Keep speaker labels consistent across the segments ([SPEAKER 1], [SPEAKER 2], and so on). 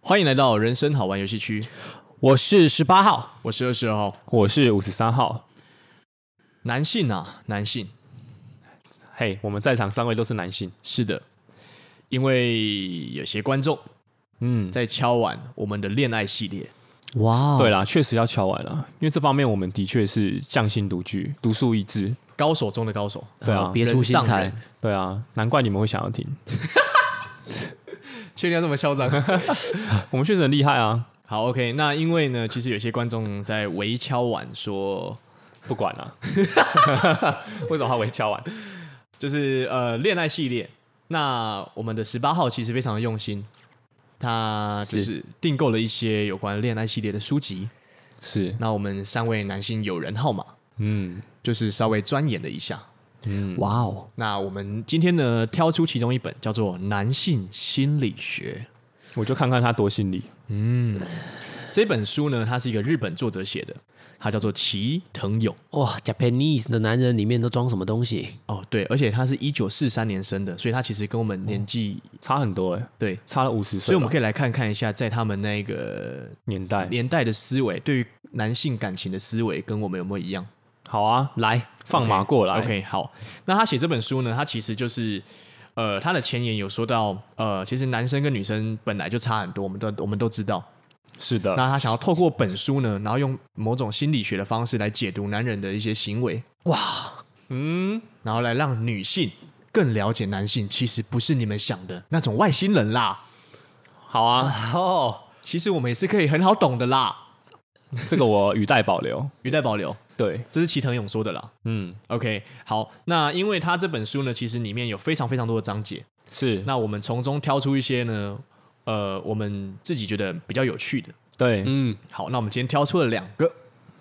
[SPEAKER 1] 欢迎来到人生好玩游戏区，
[SPEAKER 2] 我是十八号，
[SPEAKER 1] 我是二十二号。
[SPEAKER 2] 我是五十三号。
[SPEAKER 1] 男性啊，男性
[SPEAKER 2] 嘿、我们在场三位都是男性。
[SPEAKER 1] 是的，因为有些观众
[SPEAKER 2] 嗯，
[SPEAKER 1] 在敲完我们的恋爱系列，
[SPEAKER 3] 哇，
[SPEAKER 2] 对，啦，确实要敲完了，因为这方面我们的确是匠心独具、独树一帜。
[SPEAKER 1] 高手中的高手，
[SPEAKER 2] 对啊，
[SPEAKER 3] 别出心
[SPEAKER 1] 人上
[SPEAKER 3] 裁
[SPEAKER 1] 人，
[SPEAKER 2] 对啊，难怪你们会想要听，
[SPEAKER 1] 确定要这么嚣张？
[SPEAKER 2] 我们确实很厉害啊。
[SPEAKER 1] 好，OK。那因为呢，其实有些观众在围敲完说，
[SPEAKER 2] 不管了、为什么他会敲完？
[SPEAKER 1] 就是呃恋爱系列。那我们的十八号其实非常的用心，他就是是订购了一些有关恋爱系列的书籍。
[SPEAKER 2] 是，
[SPEAKER 1] 那我们三位男性友人号码，
[SPEAKER 2] 嗯
[SPEAKER 1] 就是稍微钻研了一下。
[SPEAKER 2] 嗯，
[SPEAKER 3] 哇哦，
[SPEAKER 1] 那我们今天呢，挑出其中一本叫做《男性心理学
[SPEAKER 2] 我就看看他多心理。》
[SPEAKER 1] 这本书呢，它是一个日本作者写的，它叫做齐藤勇。
[SPEAKER 3] 哇，Japanese 的男人里面都装什么东西？
[SPEAKER 1] 哦，对，而且他是一九四三年生的，所以他其实跟我们年纪、
[SPEAKER 2] 差很多哎、
[SPEAKER 1] 对，
[SPEAKER 2] 差了五十岁吧，
[SPEAKER 1] 所以我们可以来看看一下，在他们那个
[SPEAKER 2] 年代
[SPEAKER 1] 年代的思维，对于男性感情的思维，跟我们有没有一样？
[SPEAKER 2] 好啊，
[SPEAKER 3] 来，
[SPEAKER 2] 放马过来
[SPEAKER 1] OK，好，那他写这本书呢，他其实就是。呃，他的前言有说到，呃，其实男生跟女生本来就差很多，我们都我们都知道。
[SPEAKER 2] 是的，
[SPEAKER 1] 那他想要透过本书呢，然后用某种心理学的方式来解读男人的一些行为，
[SPEAKER 2] 嗯，
[SPEAKER 1] 然后来让女性更了解男性，其实不是你们想的那种外星人啦，
[SPEAKER 2] 好啊，
[SPEAKER 3] 哦，
[SPEAKER 1] 其实我们也是可以很好懂的啦。
[SPEAKER 2] 这个我语带保留。
[SPEAKER 1] 语带保留，
[SPEAKER 2] 对，
[SPEAKER 1] 这是齐藤勇说的啦。
[SPEAKER 2] 嗯，
[SPEAKER 1] OK，好，那因为他这本书呢，其实里面有非常非常多的章节，
[SPEAKER 2] 是，
[SPEAKER 1] 那我们从中挑出一些呢，呃，我们自己觉得比较有趣的。
[SPEAKER 2] 对，
[SPEAKER 3] 嗯，
[SPEAKER 1] 好，那我们今天挑出了两个，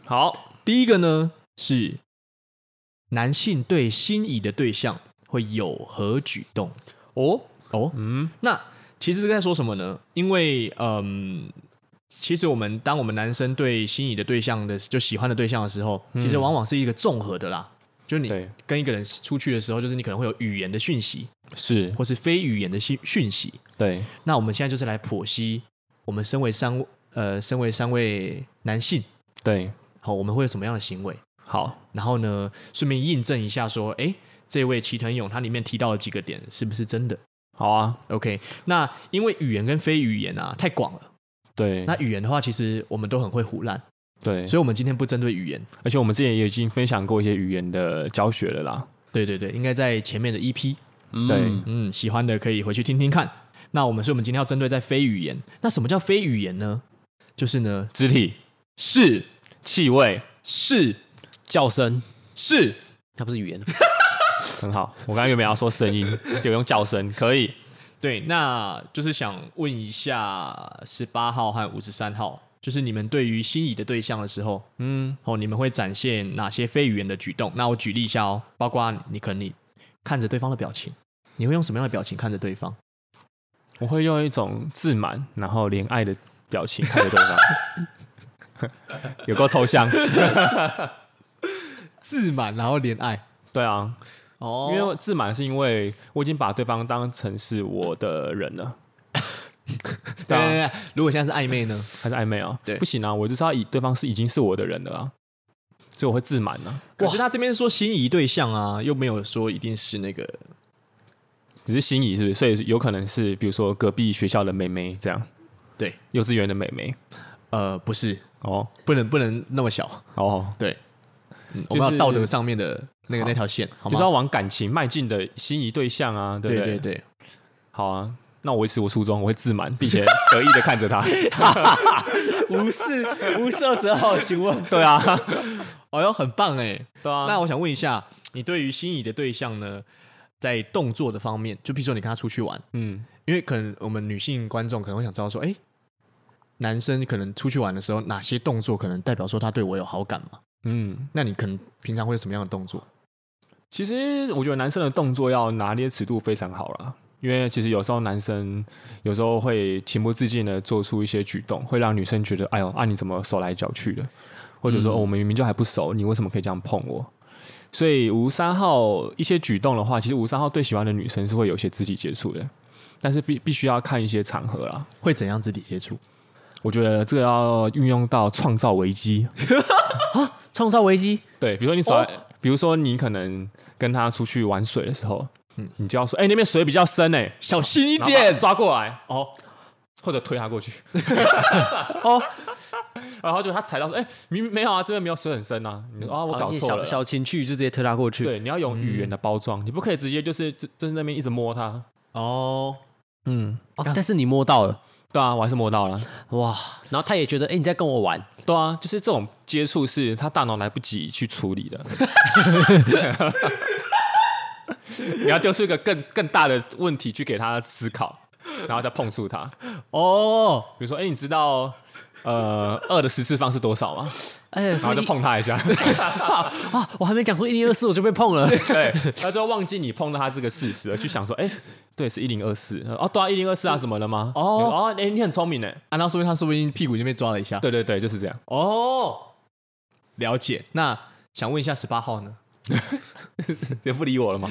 [SPEAKER 2] 好，
[SPEAKER 1] 第一个呢是男性对心仪的对象会有何举动？
[SPEAKER 2] 哦，
[SPEAKER 1] 哦，
[SPEAKER 2] 嗯，
[SPEAKER 1] 那其实是在说什么呢？因为嗯，其实我们当我们男生对心仪的对象的就喜欢的对象的时候，其实往往是一个综合的啦。就你
[SPEAKER 2] 对
[SPEAKER 1] 跟一个人出去的时候，就是你可能会有语言的讯息，
[SPEAKER 2] 是，
[SPEAKER 1] 或是非语言的讯讯息。
[SPEAKER 2] 对，
[SPEAKER 1] 那我们现在就是来剖析，我们身为三呃，身为三位男性，
[SPEAKER 2] 对，
[SPEAKER 1] 好，我们会有什么样的行为？
[SPEAKER 2] 好，
[SPEAKER 1] 然后呢，顺便印证一下说，诶，这位齐藤勇他里面提到了几个点是不是真的
[SPEAKER 2] 好啊，
[SPEAKER 1] ？OK，那因为语言跟非语言啊太广了，
[SPEAKER 2] 对，
[SPEAKER 1] 那语言的话其实我们都很会胡乱，
[SPEAKER 2] 对，
[SPEAKER 1] 所以我们今天不针对语言。
[SPEAKER 2] 而且我们之前也已经分享过一些语言的教学了啦。
[SPEAKER 1] 对对对，应该在前面的 EP，
[SPEAKER 2] 对，
[SPEAKER 1] 嗯，喜欢的可以回去听听看。那我们所以我们今天要针对在非语言，那什么叫非语言呢？就是呢，
[SPEAKER 2] 肢体、
[SPEAKER 1] 是
[SPEAKER 2] 气味
[SPEAKER 1] 是
[SPEAKER 3] 叫声，
[SPEAKER 1] 是，
[SPEAKER 3] 它不是语言，
[SPEAKER 2] 很好。我刚刚原本要说声音，就用叫声，可以。
[SPEAKER 1] 对，那就是想问一下十八号和五十三号，就是你们对于心仪的对象的时候，
[SPEAKER 2] 嗯，
[SPEAKER 1] 哦，你们会展现哪些非语言的举动？那我举例一下哦，包括你可能你看着对方的表情，你会用什么样的表情看着对方？
[SPEAKER 2] 我会用一种自满然后怜爱的表情看着对方， 有够抽象。
[SPEAKER 1] 自满，然后恋爱
[SPEAKER 2] 对啊，
[SPEAKER 1] 哦
[SPEAKER 2] 因为自满是因为我已经把对方当成是我的人 了。
[SPEAKER 1] 对
[SPEAKER 2] 对啊
[SPEAKER 1] 对对，如果现在是暧昧呢？
[SPEAKER 2] 还是暧昧啊？
[SPEAKER 1] 对
[SPEAKER 2] 不行啊，我就是要以对方是已经是我的人了啊，所以我会自满啊。
[SPEAKER 1] 可是他这边说心仪对象啊，又没有说一定是那个
[SPEAKER 2] 只是心仪是不是？所以有可能是比如说隔壁学校的妹妹这样，
[SPEAKER 1] 对，
[SPEAKER 2] 幼稚园的妹妹
[SPEAKER 1] 呃，不是，
[SPEAKER 2] 哦
[SPEAKER 1] 不能不能那么小，
[SPEAKER 2] 哦，
[SPEAKER 1] 对，嗯，我
[SPEAKER 2] 就
[SPEAKER 1] 们要
[SPEAKER 2] 是
[SPEAKER 1] 道德上面的那个
[SPEAKER 2] 好
[SPEAKER 1] 那条线，好
[SPEAKER 2] 就
[SPEAKER 1] 吗
[SPEAKER 2] 是？要往感情迈进的心仪对象啊，对不
[SPEAKER 1] 对
[SPEAKER 2] 对？
[SPEAKER 1] 对对，
[SPEAKER 2] 好啊，那我维持我初衷，我会自满并且得意的看 着他。
[SPEAKER 3] 无视无视二十二号询问，
[SPEAKER 2] 对啊，
[SPEAKER 1] 哦哟，很棒哎。
[SPEAKER 2] 对啊，
[SPEAKER 1] 那我想问一下，你对于心仪的对象呢，在动作的方面，就比如说你跟他出去玩，
[SPEAKER 2] 嗯，
[SPEAKER 1] 因为可能我们女性观众可能会想知道说，哎，男生可能出去玩的时候，哪些动作可能代表说他对我有好感嘛？
[SPEAKER 2] 嗯，
[SPEAKER 1] 那你可能平常会有什么样的动作？
[SPEAKER 2] 其实我觉得男生的动作要拿捏尺度非常好啦。因为其实有时候男生有时候会情不自禁的做出一些举动，会让女生觉得哎呦啊你怎么手来脚去的，或者说、哦我们明明就还不熟，你为什么可以这样碰我？所以吴三号一些举动的话，其实吴三号对喜欢的女生是会有一些肢体接触的，但是必必须要看一些场合啦。
[SPEAKER 1] 会怎样肢体接触？
[SPEAKER 2] 我觉得这个要运用到创造危机，
[SPEAKER 3] 创造危机，
[SPEAKER 2] 对，比如说你找，比如说你可能跟他出去玩水的时候，你就要说，哎、那边水比较深哎、欸，
[SPEAKER 1] 小心一
[SPEAKER 2] 然后把他
[SPEAKER 1] 点
[SPEAKER 2] 抓过来，
[SPEAKER 1] 哦！
[SPEAKER 2] 或者推他过去，哦，然后就他踩到说，哎、明没有啊，这边没有水很深啊，你说啊，我搞
[SPEAKER 3] 一些
[SPEAKER 2] 错了
[SPEAKER 3] 小，小情趣就直接推他过去。
[SPEAKER 2] 对，你要用语言的包装，你不可以直接就是就就是那边一直摸他，
[SPEAKER 1] 哦，
[SPEAKER 2] 嗯，
[SPEAKER 3] 哦，但是你摸到了，
[SPEAKER 2] 对啊，我还是摸到了，
[SPEAKER 3] 哇！然后他也觉得，哎、你在跟我玩，
[SPEAKER 2] 对啊，就是这种接触是他大脑来不及去处理的。 你要丢出一个更更大的问题去给他思考，然后再碰触他。
[SPEAKER 1] 哦，
[SPEAKER 2] 比如说，哎、你知道呃二的十次方是多少吗？
[SPEAKER 3] 哎、
[SPEAKER 2] 然
[SPEAKER 3] 是
[SPEAKER 2] 后就
[SPEAKER 3] 一
[SPEAKER 2] 碰他一下，
[SPEAKER 3] 啊！我还没讲出一零二四，我就被碰了。
[SPEAKER 2] 对，他就忘记你碰到他这个事实了，去想说，哎、对，是一零二四，哦，对啊，一零二四啊，怎么了吗？
[SPEAKER 1] 哦
[SPEAKER 2] 哦，哎、你很聪明呢。
[SPEAKER 1] 啊，那说明他说不定屁股就被抓了一下。
[SPEAKER 2] 对对对，就是这样。
[SPEAKER 1] 哦，了解。那想问一下十八号呢？
[SPEAKER 2] 也不理我了吗？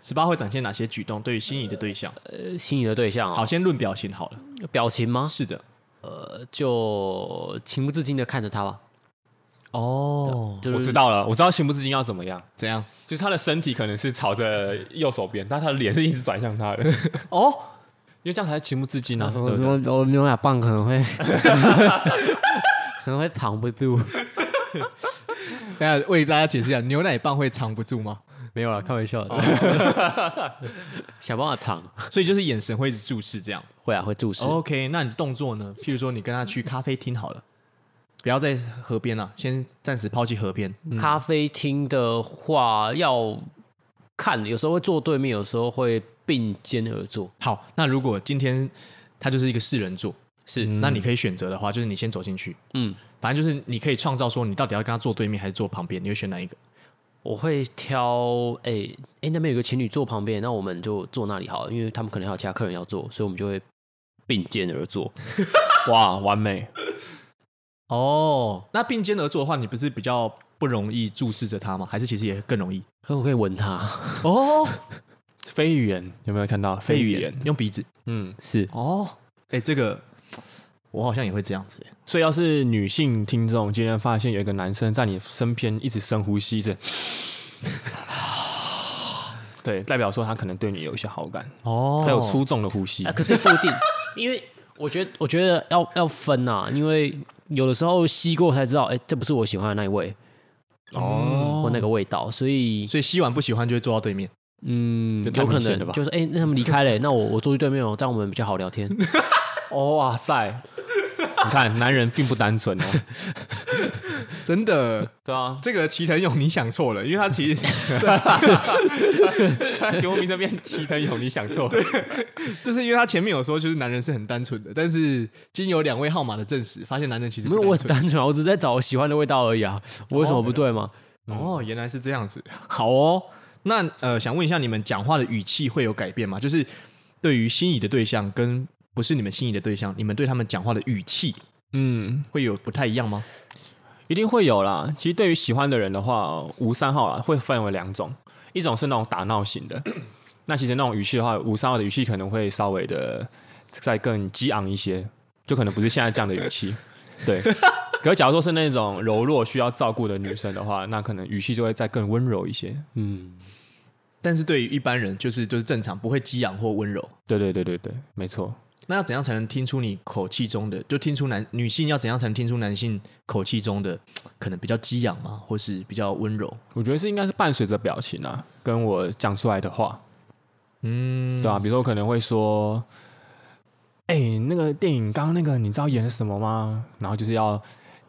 [SPEAKER 1] 十八会展现哪些举动？对于心仪的对象，
[SPEAKER 3] 呃心仪的对象、哦，
[SPEAKER 1] 好，先论表情好了。
[SPEAKER 3] 表情吗？
[SPEAKER 1] 是的，
[SPEAKER 3] 呃就情不自禁的看着他吧。
[SPEAKER 1] 哦，
[SPEAKER 3] 就是、
[SPEAKER 2] 我知道了，我知道情不自禁要怎么样。
[SPEAKER 1] 怎样？
[SPEAKER 2] 就是他的身体可能是朝着右手边，但他的脸是一直转向他的，因
[SPEAKER 3] 哦，
[SPEAKER 2] 为这样才是情不自禁啊。对
[SPEAKER 3] 我
[SPEAKER 2] 不对
[SPEAKER 3] 我我牛奶棒可能会可能会藏不住。
[SPEAKER 1] 大家为大家解释一下，牛奶棒会藏不住吗？
[SPEAKER 3] 没有啦，开玩笑的，哦 想办法藏。
[SPEAKER 1] 所以就是眼神会一直注视这样。
[SPEAKER 3] 会啊，会注视。
[SPEAKER 1] OK，那你动作呢？譬如说，你跟他去咖啡厅好了，不要在河边了，先暂时抛弃河边。
[SPEAKER 3] 咖啡厅的话要看，有时候会坐对面，有时候会并肩而坐。
[SPEAKER 1] 好，那如果今天他就是一个四人座，嗯
[SPEAKER 3] 是
[SPEAKER 1] 那你可以选择的话，就是你先走进去，
[SPEAKER 3] 嗯，
[SPEAKER 1] 反正就是你可以创造说你到底要跟他坐对面还是坐旁边，你会选哪一个？
[SPEAKER 3] 我会挑哎哎、诶那边有个情侣坐旁边，那我们就坐那里好了，因为他们可能还有其他客人要坐，所以我们就会并肩而坐。
[SPEAKER 2] 哇，完美！
[SPEAKER 1] 哦，那并肩而坐的话，你不是比较不容易注视着他吗？还是其实也更容易？
[SPEAKER 3] 可不可以闻他？
[SPEAKER 1] 哦，
[SPEAKER 2] 非语言有没有看到？非
[SPEAKER 1] 非
[SPEAKER 2] 语
[SPEAKER 1] 语
[SPEAKER 2] 言
[SPEAKER 1] 言，用鼻子。
[SPEAKER 2] 嗯，
[SPEAKER 3] 是
[SPEAKER 1] 哦，哎、这个我好像也会这样子。
[SPEAKER 2] 所以要是女性听众今天发现有一个男生在你身边一直深呼 吸着，对，代表说他可能对你有一些好感，
[SPEAKER 1] 哦
[SPEAKER 2] 他有粗重的呼吸
[SPEAKER 3] 啊，，可是不一定，因为我觉得我觉得要要分呐、因为有的时候吸过才知道，哎、这不是我喜欢的那一味
[SPEAKER 2] 哦
[SPEAKER 3] 或那个味道，所以
[SPEAKER 1] 所以吸完不喜欢就会坐到对面。
[SPEAKER 3] 嗯
[SPEAKER 2] 这，太
[SPEAKER 3] 有可
[SPEAKER 2] 明显了吧
[SPEAKER 3] 能就是哎、那他们离开了，那我我坐去对面哦，这样我们比较好 聊天。
[SPEAKER 2] 哦哇塞！ 你看，男人并不单纯哦，
[SPEAKER 1] 真的，
[SPEAKER 2] 对 啊，
[SPEAKER 1] 这个齐藤勇你想错了，因为他其实
[SPEAKER 2] 节目名称变 齐藤勇，你想错，
[SPEAKER 1] 就是因为他前面有说，就是男人是很单纯的，但是经由两位号码的证实，发现男人其实
[SPEAKER 3] 没
[SPEAKER 1] 不
[SPEAKER 3] 有，我
[SPEAKER 1] 单
[SPEAKER 3] 很
[SPEAKER 1] 纯。
[SPEAKER 3] 单纯啊，我只是在找我喜欢的味道而已啊，我有什么不对吗？
[SPEAKER 1] 哦，原来是这样子。好哦，那呃，想问一下，你们讲话的语气会有改变吗？就是对于心仪的对象跟不是你们心仪的对象，你们对他们讲话的语气
[SPEAKER 2] 嗯，
[SPEAKER 1] 会有不太一样吗？
[SPEAKER 2] 一定会有啦。其实对于喜欢的人的话，吴三号啊会分为两种，一种是那种打闹型的，那其实那种语气的话，吴三号的语气可能会稍微的再更激昂一些，就可能不是现在这样的语气。对，可是假如说是那种柔弱需要照顾的女生的话，那可能语气就会再更温柔一些。
[SPEAKER 3] 嗯，
[SPEAKER 1] 但是对于一般人，就是就是正常，不会激昂或温柔。
[SPEAKER 2] 对对对对对，没错。
[SPEAKER 1] 那要怎样才能听出你口气中的？就听出男女性要怎样才能听出男性口气中的可能比较激昂嘛，或是比较温柔？
[SPEAKER 2] 我觉得是应该是伴随着表情啊，跟我讲出来的话，
[SPEAKER 1] 嗯，
[SPEAKER 2] 对啊，比如说我可能会说，哎、那个电影刚刚那个你知道演了什么吗？然后就是要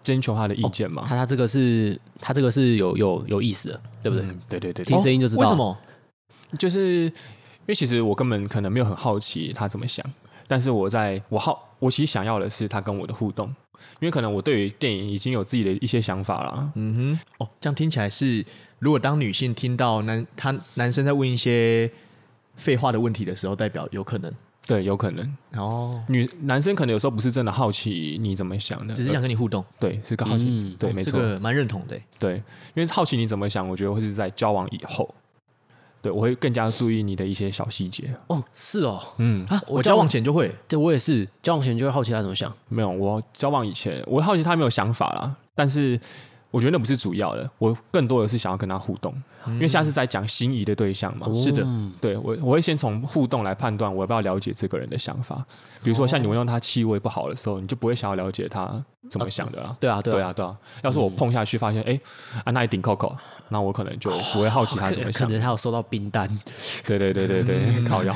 [SPEAKER 2] 征求他的意见嘛。
[SPEAKER 3] 哦他他这个是他这个是有有有意思的，对不对？
[SPEAKER 2] 嗯对对对对
[SPEAKER 3] 听声音就知
[SPEAKER 1] 哦
[SPEAKER 3] 道
[SPEAKER 1] 为什么？
[SPEAKER 2] 就是因为其实我根本可能没有很好奇他怎么想，但是我在我好，我其实想要的是他跟我的互动，因为可能我对于电影已经有自己的一些想法了。
[SPEAKER 1] 嗯哼，哦，这样听起来是，如果当女性听到男他男生在问一些废话的问题的时候，代表有可能
[SPEAKER 2] 对，有可能
[SPEAKER 1] 哦，
[SPEAKER 2] 女男生可能有时候不是真的好奇你怎么想的，
[SPEAKER 1] 只是想跟你互动，
[SPEAKER 2] 对是个好奇，
[SPEAKER 3] 嗯
[SPEAKER 2] 呃对，
[SPEAKER 1] 哦
[SPEAKER 2] 没
[SPEAKER 1] 这
[SPEAKER 2] 错，
[SPEAKER 1] 个蛮认同的欸。
[SPEAKER 2] 对，因为好奇你怎么想，我觉得会是在交往以后。对我会更加注意你的一些小细节。
[SPEAKER 3] 哦，是哦，
[SPEAKER 2] 嗯，
[SPEAKER 1] 啊，
[SPEAKER 3] 我
[SPEAKER 1] 我
[SPEAKER 3] 交
[SPEAKER 1] 交
[SPEAKER 3] 往
[SPEAKER 1] 往前就会，
[SPEAKER 3] 对我也是，交往前就会好奇他怎么想。
[SPEAKER 2] 没有，我交往以前，我好奇他有没有想法啦，但是我觉得那不是主要的，我更多的是想要跟他互动，因为下次在讲心仪的对象嘛。
[SPEAKER 1] 哦是的，
[SPEAKER 2] 对我，我会先从互动来判断我要不要了解这个人的想法。比如说，像你闻到他气味不好的时候，你就不会想要了解他怎么想的啦。
[SPEAKER 3] 对啊，对
[SPEAKER 2] 对
[SPEAKER 3] 啊，
[SPEAKER 2] 啊，对啊。要是我碰下去发现，哎、啊，那一顶 Coco，那我可能就不会好奇他怎么
[SPEAKER 3] 可
[SPEAKER 2] 想。
[SPEAKER 3] 能他有收到冰单，
[SPEAKER 2] 对对对对对，靠腰。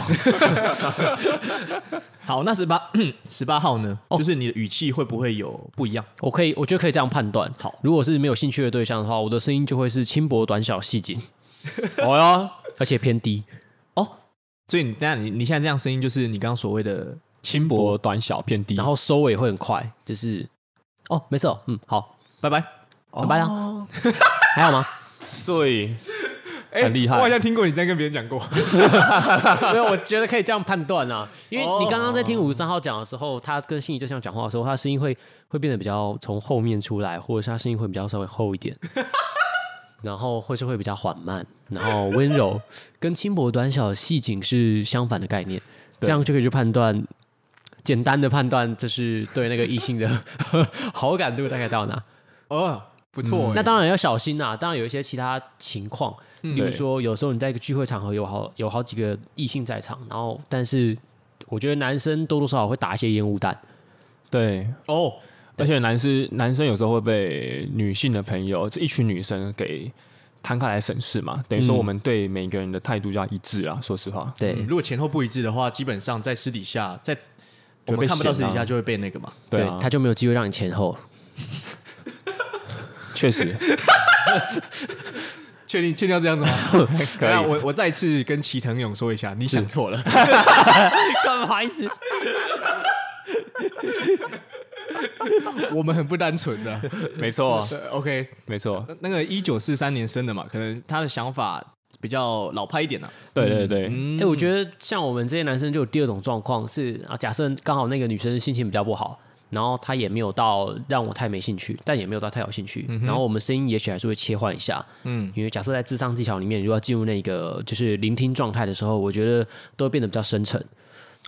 [SPEAKER 1] 好，那十八 十八号呢？就是你的语气会不会有不一样？
[SPEAKER 3] 我可以，我觉得可以这样判断。
[SPEAKER 1] 好
[SPEAKER 3] 如果是没有兴趣的对象的话，我的声音就会是轻薄、短小、细紧，
[SPEAKER 2] 哦哟，
[SPEAKER 3] 而且偏低。
[SPEAKER 1] 所以你那你你现在这样声音，就是你刚刚所谓的
[SPEAKER 2] 轻薄、短小、偏低。
[SPEAKER 3] 然后收尾会很快，就是哦，没事、哦，嗯，好，
[SPEAKER 1] 拜拜。
[SPEAKER 3] 拜拜啦，还好吗？
[SPEAKER 2] 所以
[SPEAKER 1] 哎
[SPEAKER 2] 很厉害
[SPEAKER 1] 我好像听过你在跟别人讲过。
[SPEAKER 3] 没有，我觉得可以这样判断啊，因为你刚刚在听五十三号讲的时候，他跟心仪对象讲话的时候，他声音会会变得比较从后面出来，或者是他声音会比较稍微厚一点， 然后会是会比较缓慢，然后温柔，跟轻薄短小细紧是相反的概念，这样就可以去判断。简单的判断，这是对那个异性的 好感度大概到哪？
[SPEAKER 1] 哦，不
[SPEAKER 2] 嗯
[SPEAKER 1] 错、
[SPEAKER 3] 那当然要小心啦、啊当然有一些其他情况，
[SPEAKER 2] 嗯
[SPEAKER 3] 例如说有时候你在一个聚会场合有好有好几个异性在场，然后但是我觉得男生多多少少会打一些烟雾弹，
[SPEAKER 2] 对，
[SPEAKER 1] 哦，
[SPEAKER 2] 而且男生男生有时候会被女性的朋友，这一群女生给摊开来审视嘛，等于说
[SPEAKER 3] 嗯
[SPEAKER 2] 我们对每个人的态度就要一致啦。说实话，
[SPEAKER 3] 对，
[SPEAKER 1] 如果前后不一致的话，基本上在私底下，在我
[SPEAKER 2] 就会
[SPEAKER 1] 们
[SPEAKER 2] 被
[SPEAKER 1] 看不到私
[SPEAKER 2] 嫌啊
[SPEAKER 1] 底下就会被那个嘛。
[SPEAKER 2] 对啊，
[SPEAKER 3] 他就没有机会让你前后。
[SPEAKER 2] 确实
[SPEAKER 1] 确定确定要这样 子吗？
[SPEAKER 2] 可
[SPEAKER 1] 那
[SPEAKER 2] 以。
[SPEAKER 1] 我我再次跟齐藤勇说一下，你想错了。
[SPEAKER 3] 干嘛一 直？
[SPEAKER 1] 我们很不单纯的。
[SPEAKER 2] 没错，
[SPEAKER 1] 对 OK，
[SPEAKER 2] 没错，
[SPEAKER 1] 那个一九四三年生的嘛，可能他的想法比较老派一点呢、啊。
[SPEAKER 2] 对对对，
[SPEAKER 3] 哎、我觉得像我们这些男生就有第二种状况是啊，假设刚好那个女生心情比较不好。然后她也没有到让我太没兴趣，但也没有到太有兴趣。
[SPEAKER 2] 嗯
[SPEAKER 3] 然后我们声音也许还是会切换一下，嗯，因为假设在智商技巧里面，如果要进入那个就是聆听状态的时候，我觉得都会变得比较深沉。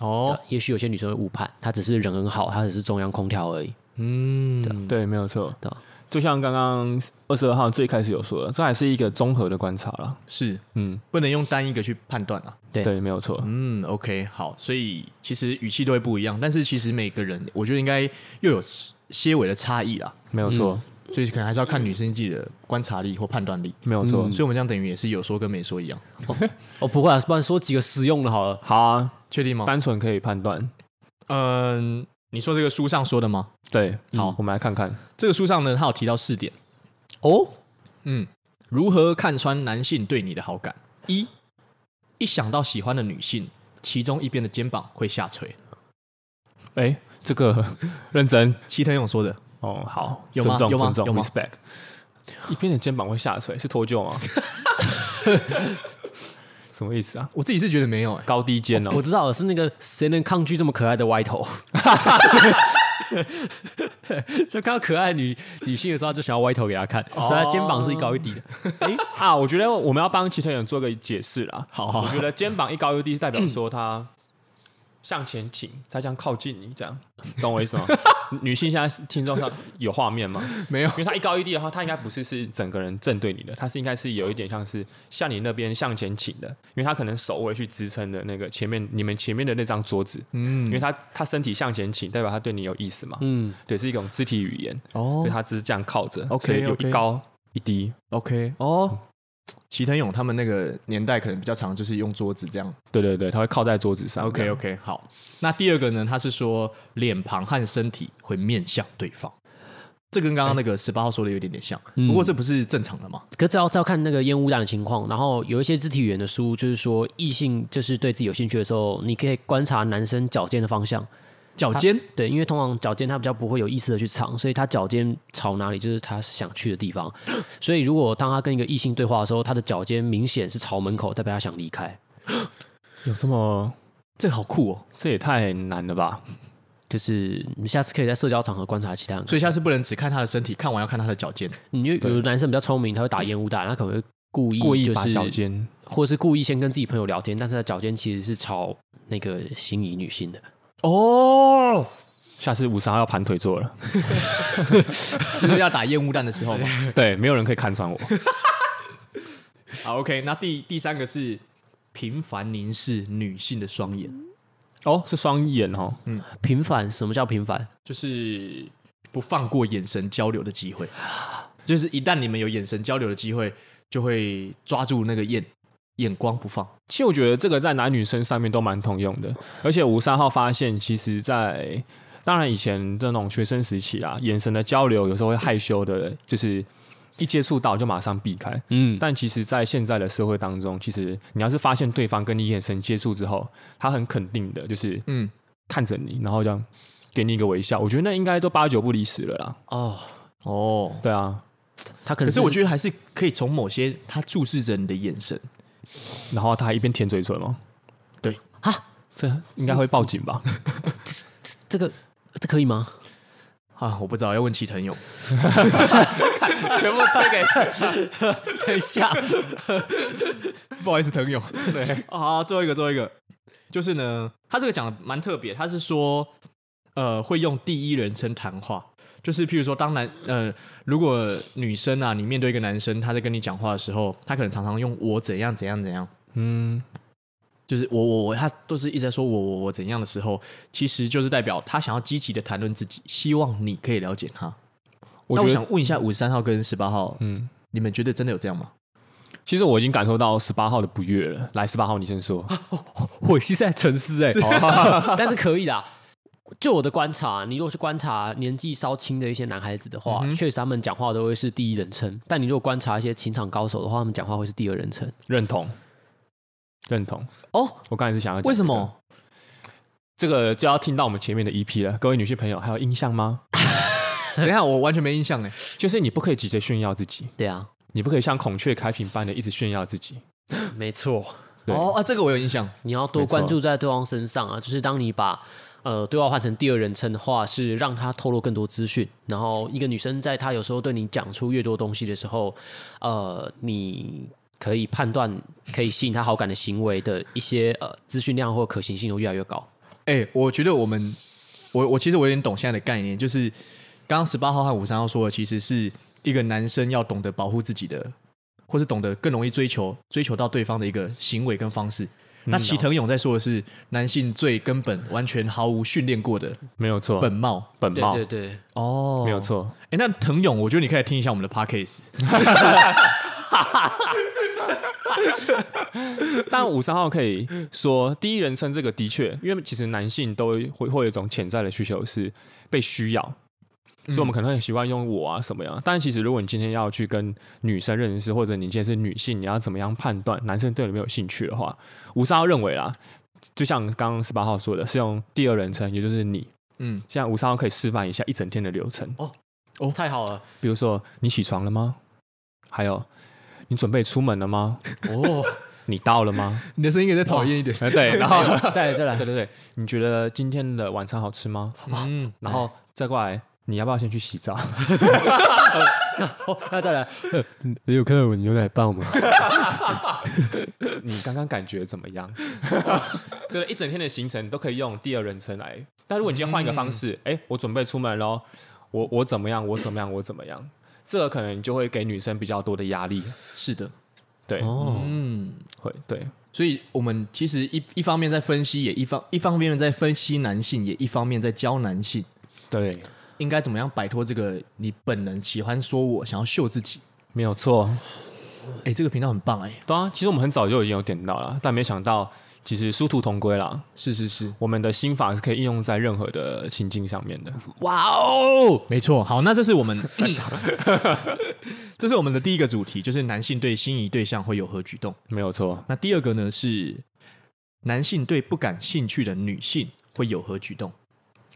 [SPEAKER 1] 哦，
[SPEAKER 3] 啊也许有些女生会误判，她只是人很好，她只是中央空调而已。
[SPEAKER 1] 嗯，
[SPEAKER 2] 对，没有错
[SPEAKER 3] 对啊。
[SPEAKER 2] 就像刚刚二十二号最开始有说的，这还是一个综合的观察啦。
[SPEAKER 1] 是
[SPEAKER 2] 嗯，
[SPEAKER 1] 不能用单一个去判断啊。
[SPEAKER 3] 对
[SPEAKER 2] 对，没有错。
[SPEAKER 1] 嗯，OK，好，所以其实语气都会不一样，但是其实每个人，我觉得应该又有些微的差异啦，
[SPEAKER 2] 没有错，
[SPEAKER 1] 所以可能还是要看女生自己的观察力或判断力。
[SPEAKER 2] 没有错
[SPEAKER 1] 嗯。所以我们这样等于也是有说跟没说一样，
[SPEAKER 3] 哦，不会啊，不然说几个实用的好了。
[SPEAKER 2] 好啊，
[SPEAKER 1] 确定吗？
[SPEAKER 2] 单纯可以判断。
[SPEAKER 1] 嗯、你说这个书上说的吗？
[SPEAKER 2] 对，
[SPEAKER 1] 好
[SPEAKER 2] 我们来看看。
[SPEAKER 1] 这个书上呢，它有提到四点，
[SPEAKER 3] 哦，
[SPEAKER 1] 嗯，如何看穿男性对你的好感？一，一想到喜欢的女性，其中一边的肩膀会下垂。
[SPEAKER 2] 哎，这个 认真
[SPEAKER 1] 齐藤勇说的，
[SPEAKER 2] 哦，好，
[SPEAKER 1] 有
[SPEAKER 2] 尊
[SPEAKER 1] 吗
[SPEAKER 2] 重
[SPEAKER 1] 有吗
[SPEAKER 2] 尊重
[SPEAKER 1] 有吗
[SPEAKER 2] respect。一边的肩膀会下垂，是脱臼吗？ 什么意思啊？
[SPEAKER 1] 我自己是觉得没有、欸，
[SPEAKER 2] 高低肩哦
[SPEAKER 3] 我，知道了，是那个谁能抗拒这么可爱的歪 头？就看到可爱的女女性的时候，就想要歪头给她看，
[SPEAKER 2] 哦
[SPEAKER 3] 所以她肩膀是一高一低的。
[SPEAKER 2] 哎啊，我觉得我们要帮齐藤勇做个解释啦。
[SPEAKER 1] 好好
[SPEAKER 2] 我觉得肩膀一高一低是代表说他向前倾，他这样靠近你，这样，懂我意思吗？女性现在听众上有画面吗？
[SPEAKER 1] 没有
[SPEAKER 2] 因为他一高一低的话，他应该不是是整个人正对你的，他是应该是有一点像是向你那边向前倾的，因为他可能手会去支撑的那个前面你们前面的那张桌子，嗯，因为他他身体向前倾，代表他对你有意思嘛，
[SPEAKER 3] 嗯，
[SPEAKER 2] 对，是一种肢体语言，
[SPEAKER 1] 哦
[SPEAKER 2] 所以他只是这样靠着
[SPEAKER 1] OK，
[SPEAKER 2] 所以有一
[SPEAKER 1] OK
[SPEAKER 2] 高一低，
[SPEAKER 1] OK，哦，齐藤勇他们那个年代可能比较常就是用桌子这样。啊
[SPEAKER 2] 对对对，他会靠在桌子上
[SPEAKER 1] OK OK，好。那第二个呢，他是说脸庞和身体会面向对方，哎嗯这跟刚刚那个十八号说的有点点像，不过这不是正常的嘛？
[SPEAKER 3] 可这要这要看那个烟雾弹的情况。然后有一些肢体语言的书，就是说异性就是对自己有兴趣的时候，你可以观察男生脚尖的方向。
[SPEAKER 1] 脚尖
[SPEAKER 3] 对，因为通常脚尖他比较不会有意识的去藏，所以他脚尖朝哪里就是他想去的地方。所以如果当他跟一个异性对话的时候，他的脚尖明显是朝门口，代表他想离开，
[SPEAKER 2] 有这么
[SPEAKER 1] 这个好酷哦，
[SPEAKER 2] 这也太难了吧？
[SPEAKER 3] 就是你下次可以在社交场合观察其他 人。
[SPEAKER 1] 所以下次不能只看他的身体，看完要看他的脚尖。
[SPEAKER 3] 你有有的男生比较聪明，他会打烟雾弹，他可能会故意、就是、
[SPEAKER 2] 故意把小尖，
[SPEAKER 3] 或是故意先跟自己朋友聊天，但是他脚尖其实是朝那个心仪女性的。
[SPEAKER 1] 哦，
[SPEAKER 2] 下次五三要盘腿坐了。
[SPEAKER 1] 就是要打烟雾弹的时候嘛。
[SPEAKER 2] 对，没有人可以看穿我。
[SPEAKER 1] 好，OK，那第第三个是频繁凝视女性的双眼，
[SPEAKER 2] 哦，是双眼哦，
[SPEAKER 3] 平凡，什么叫平凡？
[SPEAKER 1] 就是不放过眼神交流的机会， 就是一旦你们有眼神交流的机会，就会抓住那个眼眼光不放。
[SPEAKER 2] 其实我觉得这个在男女生上面都蛮通用的，而且五三号发现，其实在当然以前这种学生时期啦，眼神的交流有时候会害羞的，就是一接触到就马上避开。
[SPEAKER 3] 嗯，
[SPEAKER 2] 但其实，在现在的社会当中，其实你要是发现对方跟你眼神接触之后，他很肯定的，就是
[SPEAKER 1] 嗯，
[SPEAKER 2] 看着你，然后这样给你一个微笑，我觉得那应该都八九不离十了啦。
[SPEAKER 3] 哦，
[SPEAKER 1] 哦，
[SPEAKER 2] 对啊，
[SPEAKER 3] 他可
[SPEAKER 1] 可
[SPEAKER 3] 能
[SPEAKER 1] 是我觉得还是可以从某些他注视着你的眼神，
[SPEAKER 2] 然后他还一边舔嘴唇吗？
[SPEAKER 1] 对
[SPEAKER 2] 啊，这应该会报警吧？
[SPEAKER 3] 得这个这可以吗？
[SPEAKER 1] 啊，我不知道要问齐藤勇。
[SPEAKER 3] 全部推 给等一下，
[SPEAKER 1] 不好意思，腾勇。对，好，最后一个，最后一个，就是呢，他这个讲的蛮特别，他是说，呃，会用第一人称谈话，就是譬如说，当男，呃，如果女生啊，你面对一个男生，他在跟你讲话的时候，他可能常常用我怎样怎样怎样，
[SPEAKER 2] 嗯，
[SPEAKER 1] 就是我我我，他都是一直在说我我我怎样的时候，其实就是代表他想要积极的谈论自己，希望你可以了解他。
[SPEAKER 2] 我
[SPEAKER 1] 那我
[SPEAKER 2] 觉得，
[SPEAKER 1] 想问一下五十三号跟十八号，
[SPEAKER 2] 嗯，
[SPEAKER 1] 你们觉得真的有这样吗？
[SPEAKER 2] 其实我已经感受到十八号的不悦了。来，十八号，你先说。哦
[SPEAKER 3] 我是在沉思哎、欸，但是可以啦。就我的观察，你如果去观察年纪稍轻的一些男孩子的话，确、实他们讲话都会是第一人称。但你如果观察一些情场高手的话，他们讲话会是第二人称。
[SPEAKER 2] 认同，认同。
[SPEAKER 1] 哦，
[SPEAKER 2] 我刚才是想要讲
[SPEAKER 1] 为什
[SPEAKER 2] 这个？
[SPEAKER 1] 么？
[SPEAKER 2] 这个就要听到我们前面的 EP 了。各位女性朋友，还有印象吗？
[SPEAKER 1] 等一下，我完全没印象哎。
[SPEAKER 2] 就是你不可以急着炫耀自己，
[SPEAKER 3] 对啊，
[SPEAKER 2] 你不可以像孔雀开屏般的一直炫耀自己。
[SPEAKER 3] 没错。
[SPEAKER 2] 对
[SPEAKER 1] 哦啊，这个我有印象。
[SPEAKER 3] 你要多
[SPEAKER 2] 没错
[SPEAKER 3] 关注在对方身上啊，就是当你把呃对话换成第二人称的话，是让他透露更多资讯。然后一个女生在她有时候对你讲出越多东西的时候，呃，你可以判断可以吸引她好感的行为的一些呃资讯量或可行性就越来越高。
[SPEAKER 1] 哎、我觉得我们，我我其实我有点懂现在的概念，就是刚刚十八号和五三号说的，其实是一个男生要懂得保护自己的，或是懂得更容易追求追求到对方的一个行为跟方式。
[SPEAKER 2] 嗯
[SPEAKER 1] 那齐藤勇在说的是男性最根本、完全毫无训练过的
[SPEAKER 2] 没有错，
[SPEAKER 1] 本貌
[SPEAKER 2] 本
[SPEAKER 3] 对
[SPEAKER 2] 貌
[SPEAKER 3] 对对，
[SPEAKER 1] 哦
[SPEAKER 2] 哦没有。错。
[SPEAKER 1] 哎、那藤勇，我觉得你可以来听一下我们的 podcast。
[SPEAKER 2] 但五三号可以说，第一人称这个的确，因为其实男性都会会有一种潜在的需求是被需要，所以我们可能很习惯用我啊什么样。但其实如果你今天要去跟女生认识，或者你今天是女性，你要怎么样判断男生对你没有兴趣的话，五三号认为啦，就像刚刚十八号说的，是用第二人称，也就是你。
[SPEAKER 1] 嗯，
[SPEAKER 2] 现在五三号可以示范一下一整天的流程，
[SPEAKER 3] 哦，太好了，
[SPEAKER 2] 比如说你起床了吗？还有你准备出门了吗？
[SPEAKER 3] 哦，
[SPEAKER 2] 你到了吗？
[SPEAKER 1] 你的声音也再讨厌一点。
[SPEAKER 2] 哎， 对，然后
[SPEAKER 3] 再来再来
[SPEAKER 2] 对，对对，你觉得今天的晚餐好吃吗？
[SPEAKER 1] 嗯，
[SPEAKER 2] 然后再过来，你要不要先去洗 澡？
[SPEAKER 3] 哦，那再来，
[SPEAKER 4] 你有看到我牛奶棒吗？
[SPEAKER 2] 你刚刚感觉怎么 样？对，一整天的行程都可以用第二人称来。但如果你今天换一个方式，
[SPEAKER 3] 嗯
[SPEAKER 2] 哎、我准备出门喽，我我怎么样？我怎么样？我怎么样？这个可能就会给女生比较多的压力。
[SPEAKER 1] 是的。
[SPEAKER 2] 对，
[SPEAKER 3] 哦，
[SPEAKER 1] 嗯。
[SPEAKER 2] 会对，
[SPEAKER 1] 所以我们其实一一方面在分析，也一方一方面在分析男性，也一方面在教男性
[SPEAKER 2] 对，
[SPEAKER 1] 应该怎么样摆脱这个你本能喜欢说我想要秀自己。
[SPEAKER 2] 没有错。
[SPEAKER 1] 哎，这个频道很棒哎、
[SPEAKER 2] 对啊，其实我们很早就已经有点到了，但没想到其实殊途同归啦。
[SPEAKER 1] 是是是，
[SPEAKER 2] 我们的心法是可以应用在任何的情境上面的。
[SPEAKER 3] 哇哦，
[SPEAKER 1] 没错。好，那这是我们，这是我们的第一个主题，就是男性对心仪对象会有何举动。
[SPEAKER 2] 没有错，
[SPEAKER 1] 那第二个呢是男性对不感兴趣的女性会有何举动。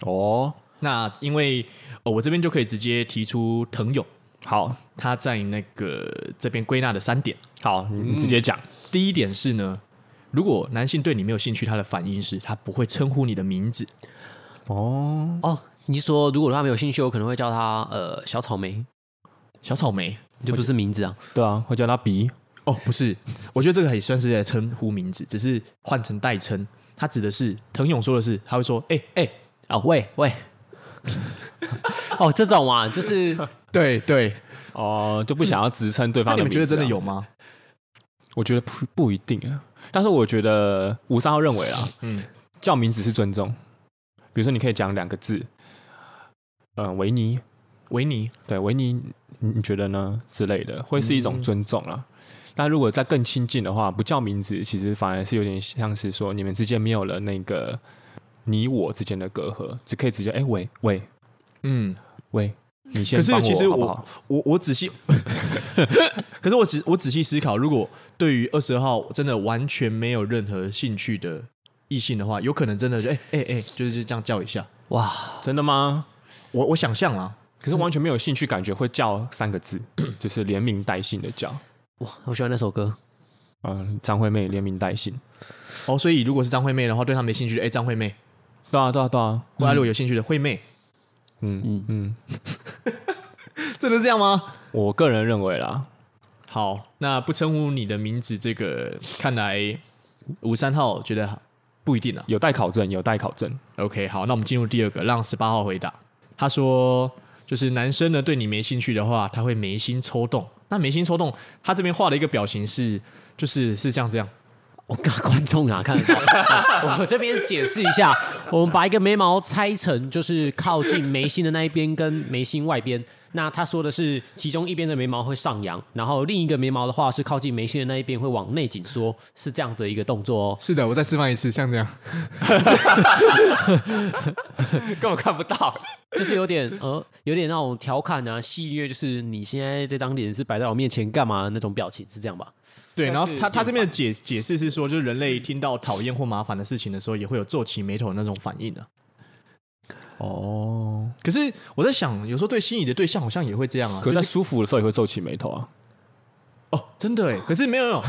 [SPEAKER 2] 哦，
[SPEAKER 1] 那因为、呃、我这边就可以直接提出藤勇
[SPEAKER 2] 好
[SPEAKER 1] 他在那个这边归纳的三点。
[SPEAKER 2] 好，你你直
[SPEAKER 1] 嗯
[SPEAKER 2] 接讲。
[SPEAKER 1] 第一点是呢，如果男性对你没有兴趣，他的反应是他不会称呼你的名字。嗯
[SPEAKER 2] 哦，
[SPEAKER 3] 哦，你是说如果他没有兴趣，我可能会叫他呃小草莓，
[SPEAKER 1] 小草莓
[SPEAKER 3] 就不是名字啊。
[SPEAKER 2] 对啊，会叫他鼻。
[SPEAKER 1] 哦，不是，我觉得这个也算是在称呼名字，只是换成代称。他指的是藤勇说的是，他会说：“哎、哎、
[SPEAKER 3] 啊、喂喂， 哦，这种啊，就是
[SPEAKER 1] 对对。
[SPEAKER 2] 哦，就不想要直称对”
[SPEAKER 1] 那
[SPEAKER 2] 方
[SPEAKER 1] 你
[SPEAKER 2] 的
[SPEAKER 1] 们
[SPEAKER 2] 名字。
[SPEAKER 1] 觉
[SPEAKER 2] 啊
[SPEAKER 1] 得真的？有吗？
[SPEAKER 2] 我觉得不不一定啊，但是我觉得五三号认为啊，
[SPEAKER 1] 嗯
[SPEAKER 2] 嗯，叫名字是尊重。比如说，你可以讲两个字，呃，维尼，
[SPEAKER 1] 维尼
[SPEAKER 2] 对维尼，你你觉得呢？之类的，会是一种尊重啦。那如果再更亲近的话，不叫名字，其实反而是有点像是说你们之间没有了那个你我之间的隔阂，只可以直接哎、喂喂
[SPEAKER 1] 嗯，
[SPEAKER 2] 喂，你先
[SPEAKER 1] 可是
[SPEAKER 2] 帮
[SPEAKER 1] 其实
[SPEAKER 2] 好不
[SPEAKER 1] 我
[SPEAKER 2] 好？
[SPEAKER 1] 我我仔 细，可是我仔我仔细思考，如果对于二十号真的完全没有任何兴趣的异性的话，有可能真的就哎哎哎，就是就这样叫一下。
[SPEAKER 3] 哇，
[SPEAKER 2] 真的吗？
[SPEAKER 1] 我我想象啦，
[SPEAKER 2] 可是完全没有兴趣，感觉会叫三个字， 就是连名带姓的叫。
[SPEAKER 3] 我喜欢那首歌，
[SPEAKER 2] 嗯、张惠妹连名带姓。
[SPEAKER 1] 哦，所以如果是张惠妹的话，对她没兴趣的，哎，张惠妹；
[SPEAKER 2] 对啊，对啊，对啊。
[SPEAKER 1] 或者如果有兴趣的，惠妹，
[SPEAKER 2] 嗯嗯嗯，
[SPEAKER 1] 真的是这样吗？
[SPEAKER 2] 我个人认为啦，
[SPEAKER 1] 好，那不称呼你的名字，这个看来五三号觉得不一定啊。
[SPEAKER 2] 有待考证，有待考证。
[SPEAKER 1] OK，好，那我们进入第二个，让十八号回答。他说，就是男生呢对你没兴趣的话，他会眉心抽动。那眉心抽动，他这边画了一个表情是，就是是这样这样。
[SPEAKER 3] 我看观众啊看得到， 我这边解释一下，我们把一个眉毛拆成就是靠近眉心的那一边跟眉心外边。那他说的是，其中一边的眉毛会上扬，然后另一个眉毛的话是靠近眉心的那一边会往内紧缩，是这样的一个动作哦。
[SPEAKER 1] 是的，我再示范一次，像这样。
[SPEAKER 2] 根本看不到。
[SPEAKER 3] 就是有点呃，有点那种调侃啊、戏谑，就是你现在这张脸是摆在我面前干嘛的那种表情，是这样吧？
[SPEAKER 1] 对，然后
[SPEAKER 2] 是
[SPEAKER 1] 他他
[SPEAKER 2] 厌
[SPEAKER 1] 这边的解解释是说，就是人类听到讨厌或麻烦的事情的时候，也会有皱起眉头的那种反应的、啊
[SPEAKER 2] 哦，
[SPEAKER 1] 可是我在想，有时候对心仪的对象好像也会这样啊。
[SPEAKER 2] 可
[SPEAKER 1] 就
[SPEAKER 2] 是在
[SPEAKER 1] 是
[SPEAKER 2] 舒服的时候也会皱起眉头啊。
[SPEAKER 1] 哦，真的哎，可是没有没有，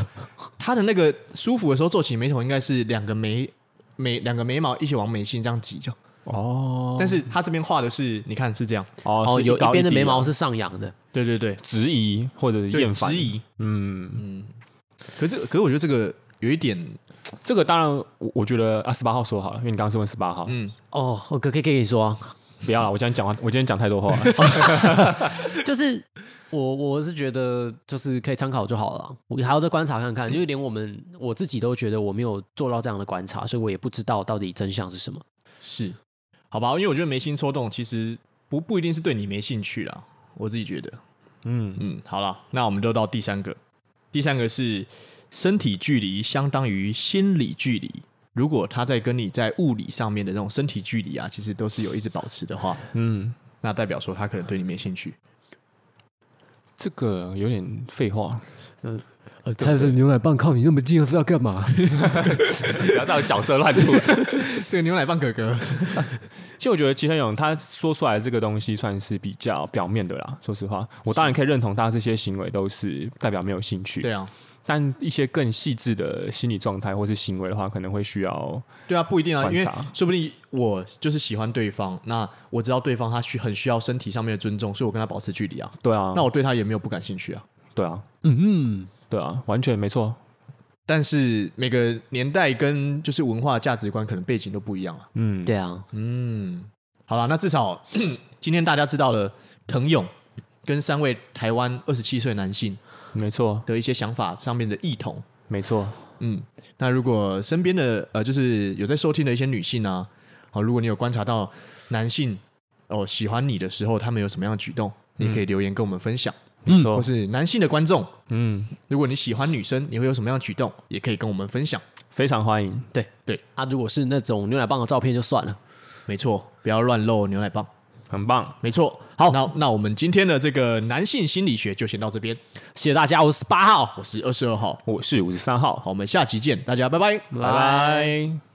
[SPEAKER 1] 他的那个舒服的时候皱起眉头，应该是两个眉眉两个眉毛一起往眉心这样挤就。
[SPEAKER 2] 哦
[SPEAKER 1] 但是他这边画的是，你看是这样，
[SPEAKER 2] 哦
[SPEAKER 3] 哦，
[SPEAKER 2] 是
[SPEAKER 3] 有
[SPEAKER 2] 高
[SPEAKER 3] 一边的
[SPEAKER 2] 低
[SPEAKER 3] 眉毛
[SPEAKER 2] 啊
[SPEAKER 3] 是上扬的，
[SPEAKER 1] 对对对，
[SPEAKER 2] 质疑或者是
[SPEAKER 1] 对
[SPEAKER 2] 厌烦
[SPEAKER 1] 质。疑。
[SPEAKER 2] 嗯，
[SPEAKER 1] 可是可是我觉得这个有一点，
[SPEAKER 2] 这个当然我我觉得啊，十八号说好了，因为你刚刚是问十八号，
[SPEAKER 1] 嗯，
[SPEAKER 3] 哦，我可可以跟你说啊、
[SPEAKER 2] 不要了，我今天讲话，我今天讲太多话了。
[SPEAKER 3] 就是我我是觉得就是可以参考就好了啊，我还要再观察看看，因为连我们我自己都觉得我没有做到这样的观察，所以我也不知道到底真相是什么。
[SPEAKER 1] 是，好吧，因为我觉得眉心抽动其实不不一定是对你没兴趣啦，我自己觉得。
[SPEAKER 2] 嗯，
[SPEAKER 1] 嗯，好了，那我们就到第三个。第三个是身体距离相当于心理距离。如果他在跟你在物理上面的这种身体距离啊，其实都是有一直保持的话，
[SPEAKER 2] 嗯，
[SPEAKER 1] 那代表说他可能对你没兴趣。
[SPEAKER 2] 这个有点废话，
[SPEAKER 4] 呃，泰森牛奶棒靠你那么近又是要干嘛？
[SPEAKER 2] 不要在角色乱入。
[SPEAKER 1] 这个牛奶棒哥哥，
[SPEAKER 2] 其实我觉得齐天勇他说出来这个东西算是比较表面的啦。说实话，我当然可以认同他这些行为都是代表没有兴 趣，
[SPEAKER 1] 对啊，
[SPEAKER 2] 但一些更细致的心理状态或是行为的话，可能会需要
[SPEAKER 1] 对啊，不一定啊，
[SPEAKER 2] 观
[SPEAKER 1] 因为
[SPEAKER 2] 察
[SPEAKER 1] 说不定我就是喜欢对方，那我知道对方他需很需要身体上面的尊重，所以我跟他保持距离啊。
[SPEAKER 2] 对啊，
[SPEAKER 1] 那我对他也没有不感兴趣啊。
[SPEAKER 2] 对啊，
[SPEAKER 4] 嗯嗯，
[SPEAKER 2] 对啊，完全没错。
[SPEAKER 1] 但是每个年代跟就是文化价值观可能背景都不一样啊。
[SPEAKER 2] 嗯，
[SPEAKER 3] 对啊，
[SPEAKER 1] 嗯，好了，那至少 今天大家知道了藤勇跟三位台湾二十七岁男性
[SPEAKER 2] 没错，
[SPEAKER 1] 的一些想法上面的异同。
[SPEAKER 2] 没错。
[SPEAKER 1] 嗯，那如果身边的呃，就是有在收听的一些女性啊，好，如果你有观察到男性哦喜欢你的时候，他们有什么样的举动，你也可以留言跟我们分享，
[SPEAKER 2] 没
[SPEAKER 1] 或
[SPEAKER 2] 错，
[SPEAKER 1] 是男性的观众，
[SPEAKER 2] 嗯，
[SPEAKER 1] 如果你喜欢女生，你会有什么样的举动，也可以跟我们分享。
[SPEAKER 2] 非常欢迎。
[SPEAKER 3] 对
[SPEAKER 1] 对
[SPEAKER 3] 啊，如果是那种牛奶棒的照片就算了。
[SPEAKER 1] 没错，不要乱露牛奶棒。
[SPEAKER 2] 很棒，
[SPEAKER 1] 没错，好，那那我们今天的这个男性心理学就先到这边。
[SPEAKER 3] 谢谢大家，我是八号。
[SPEAKER 1] 我是二十二号，
[SPEAKER 2] 我是五十三号，
[SPEAKER 1] 好，我们下期见，大家拜拜。
[SPEAKER 2] 拜拜。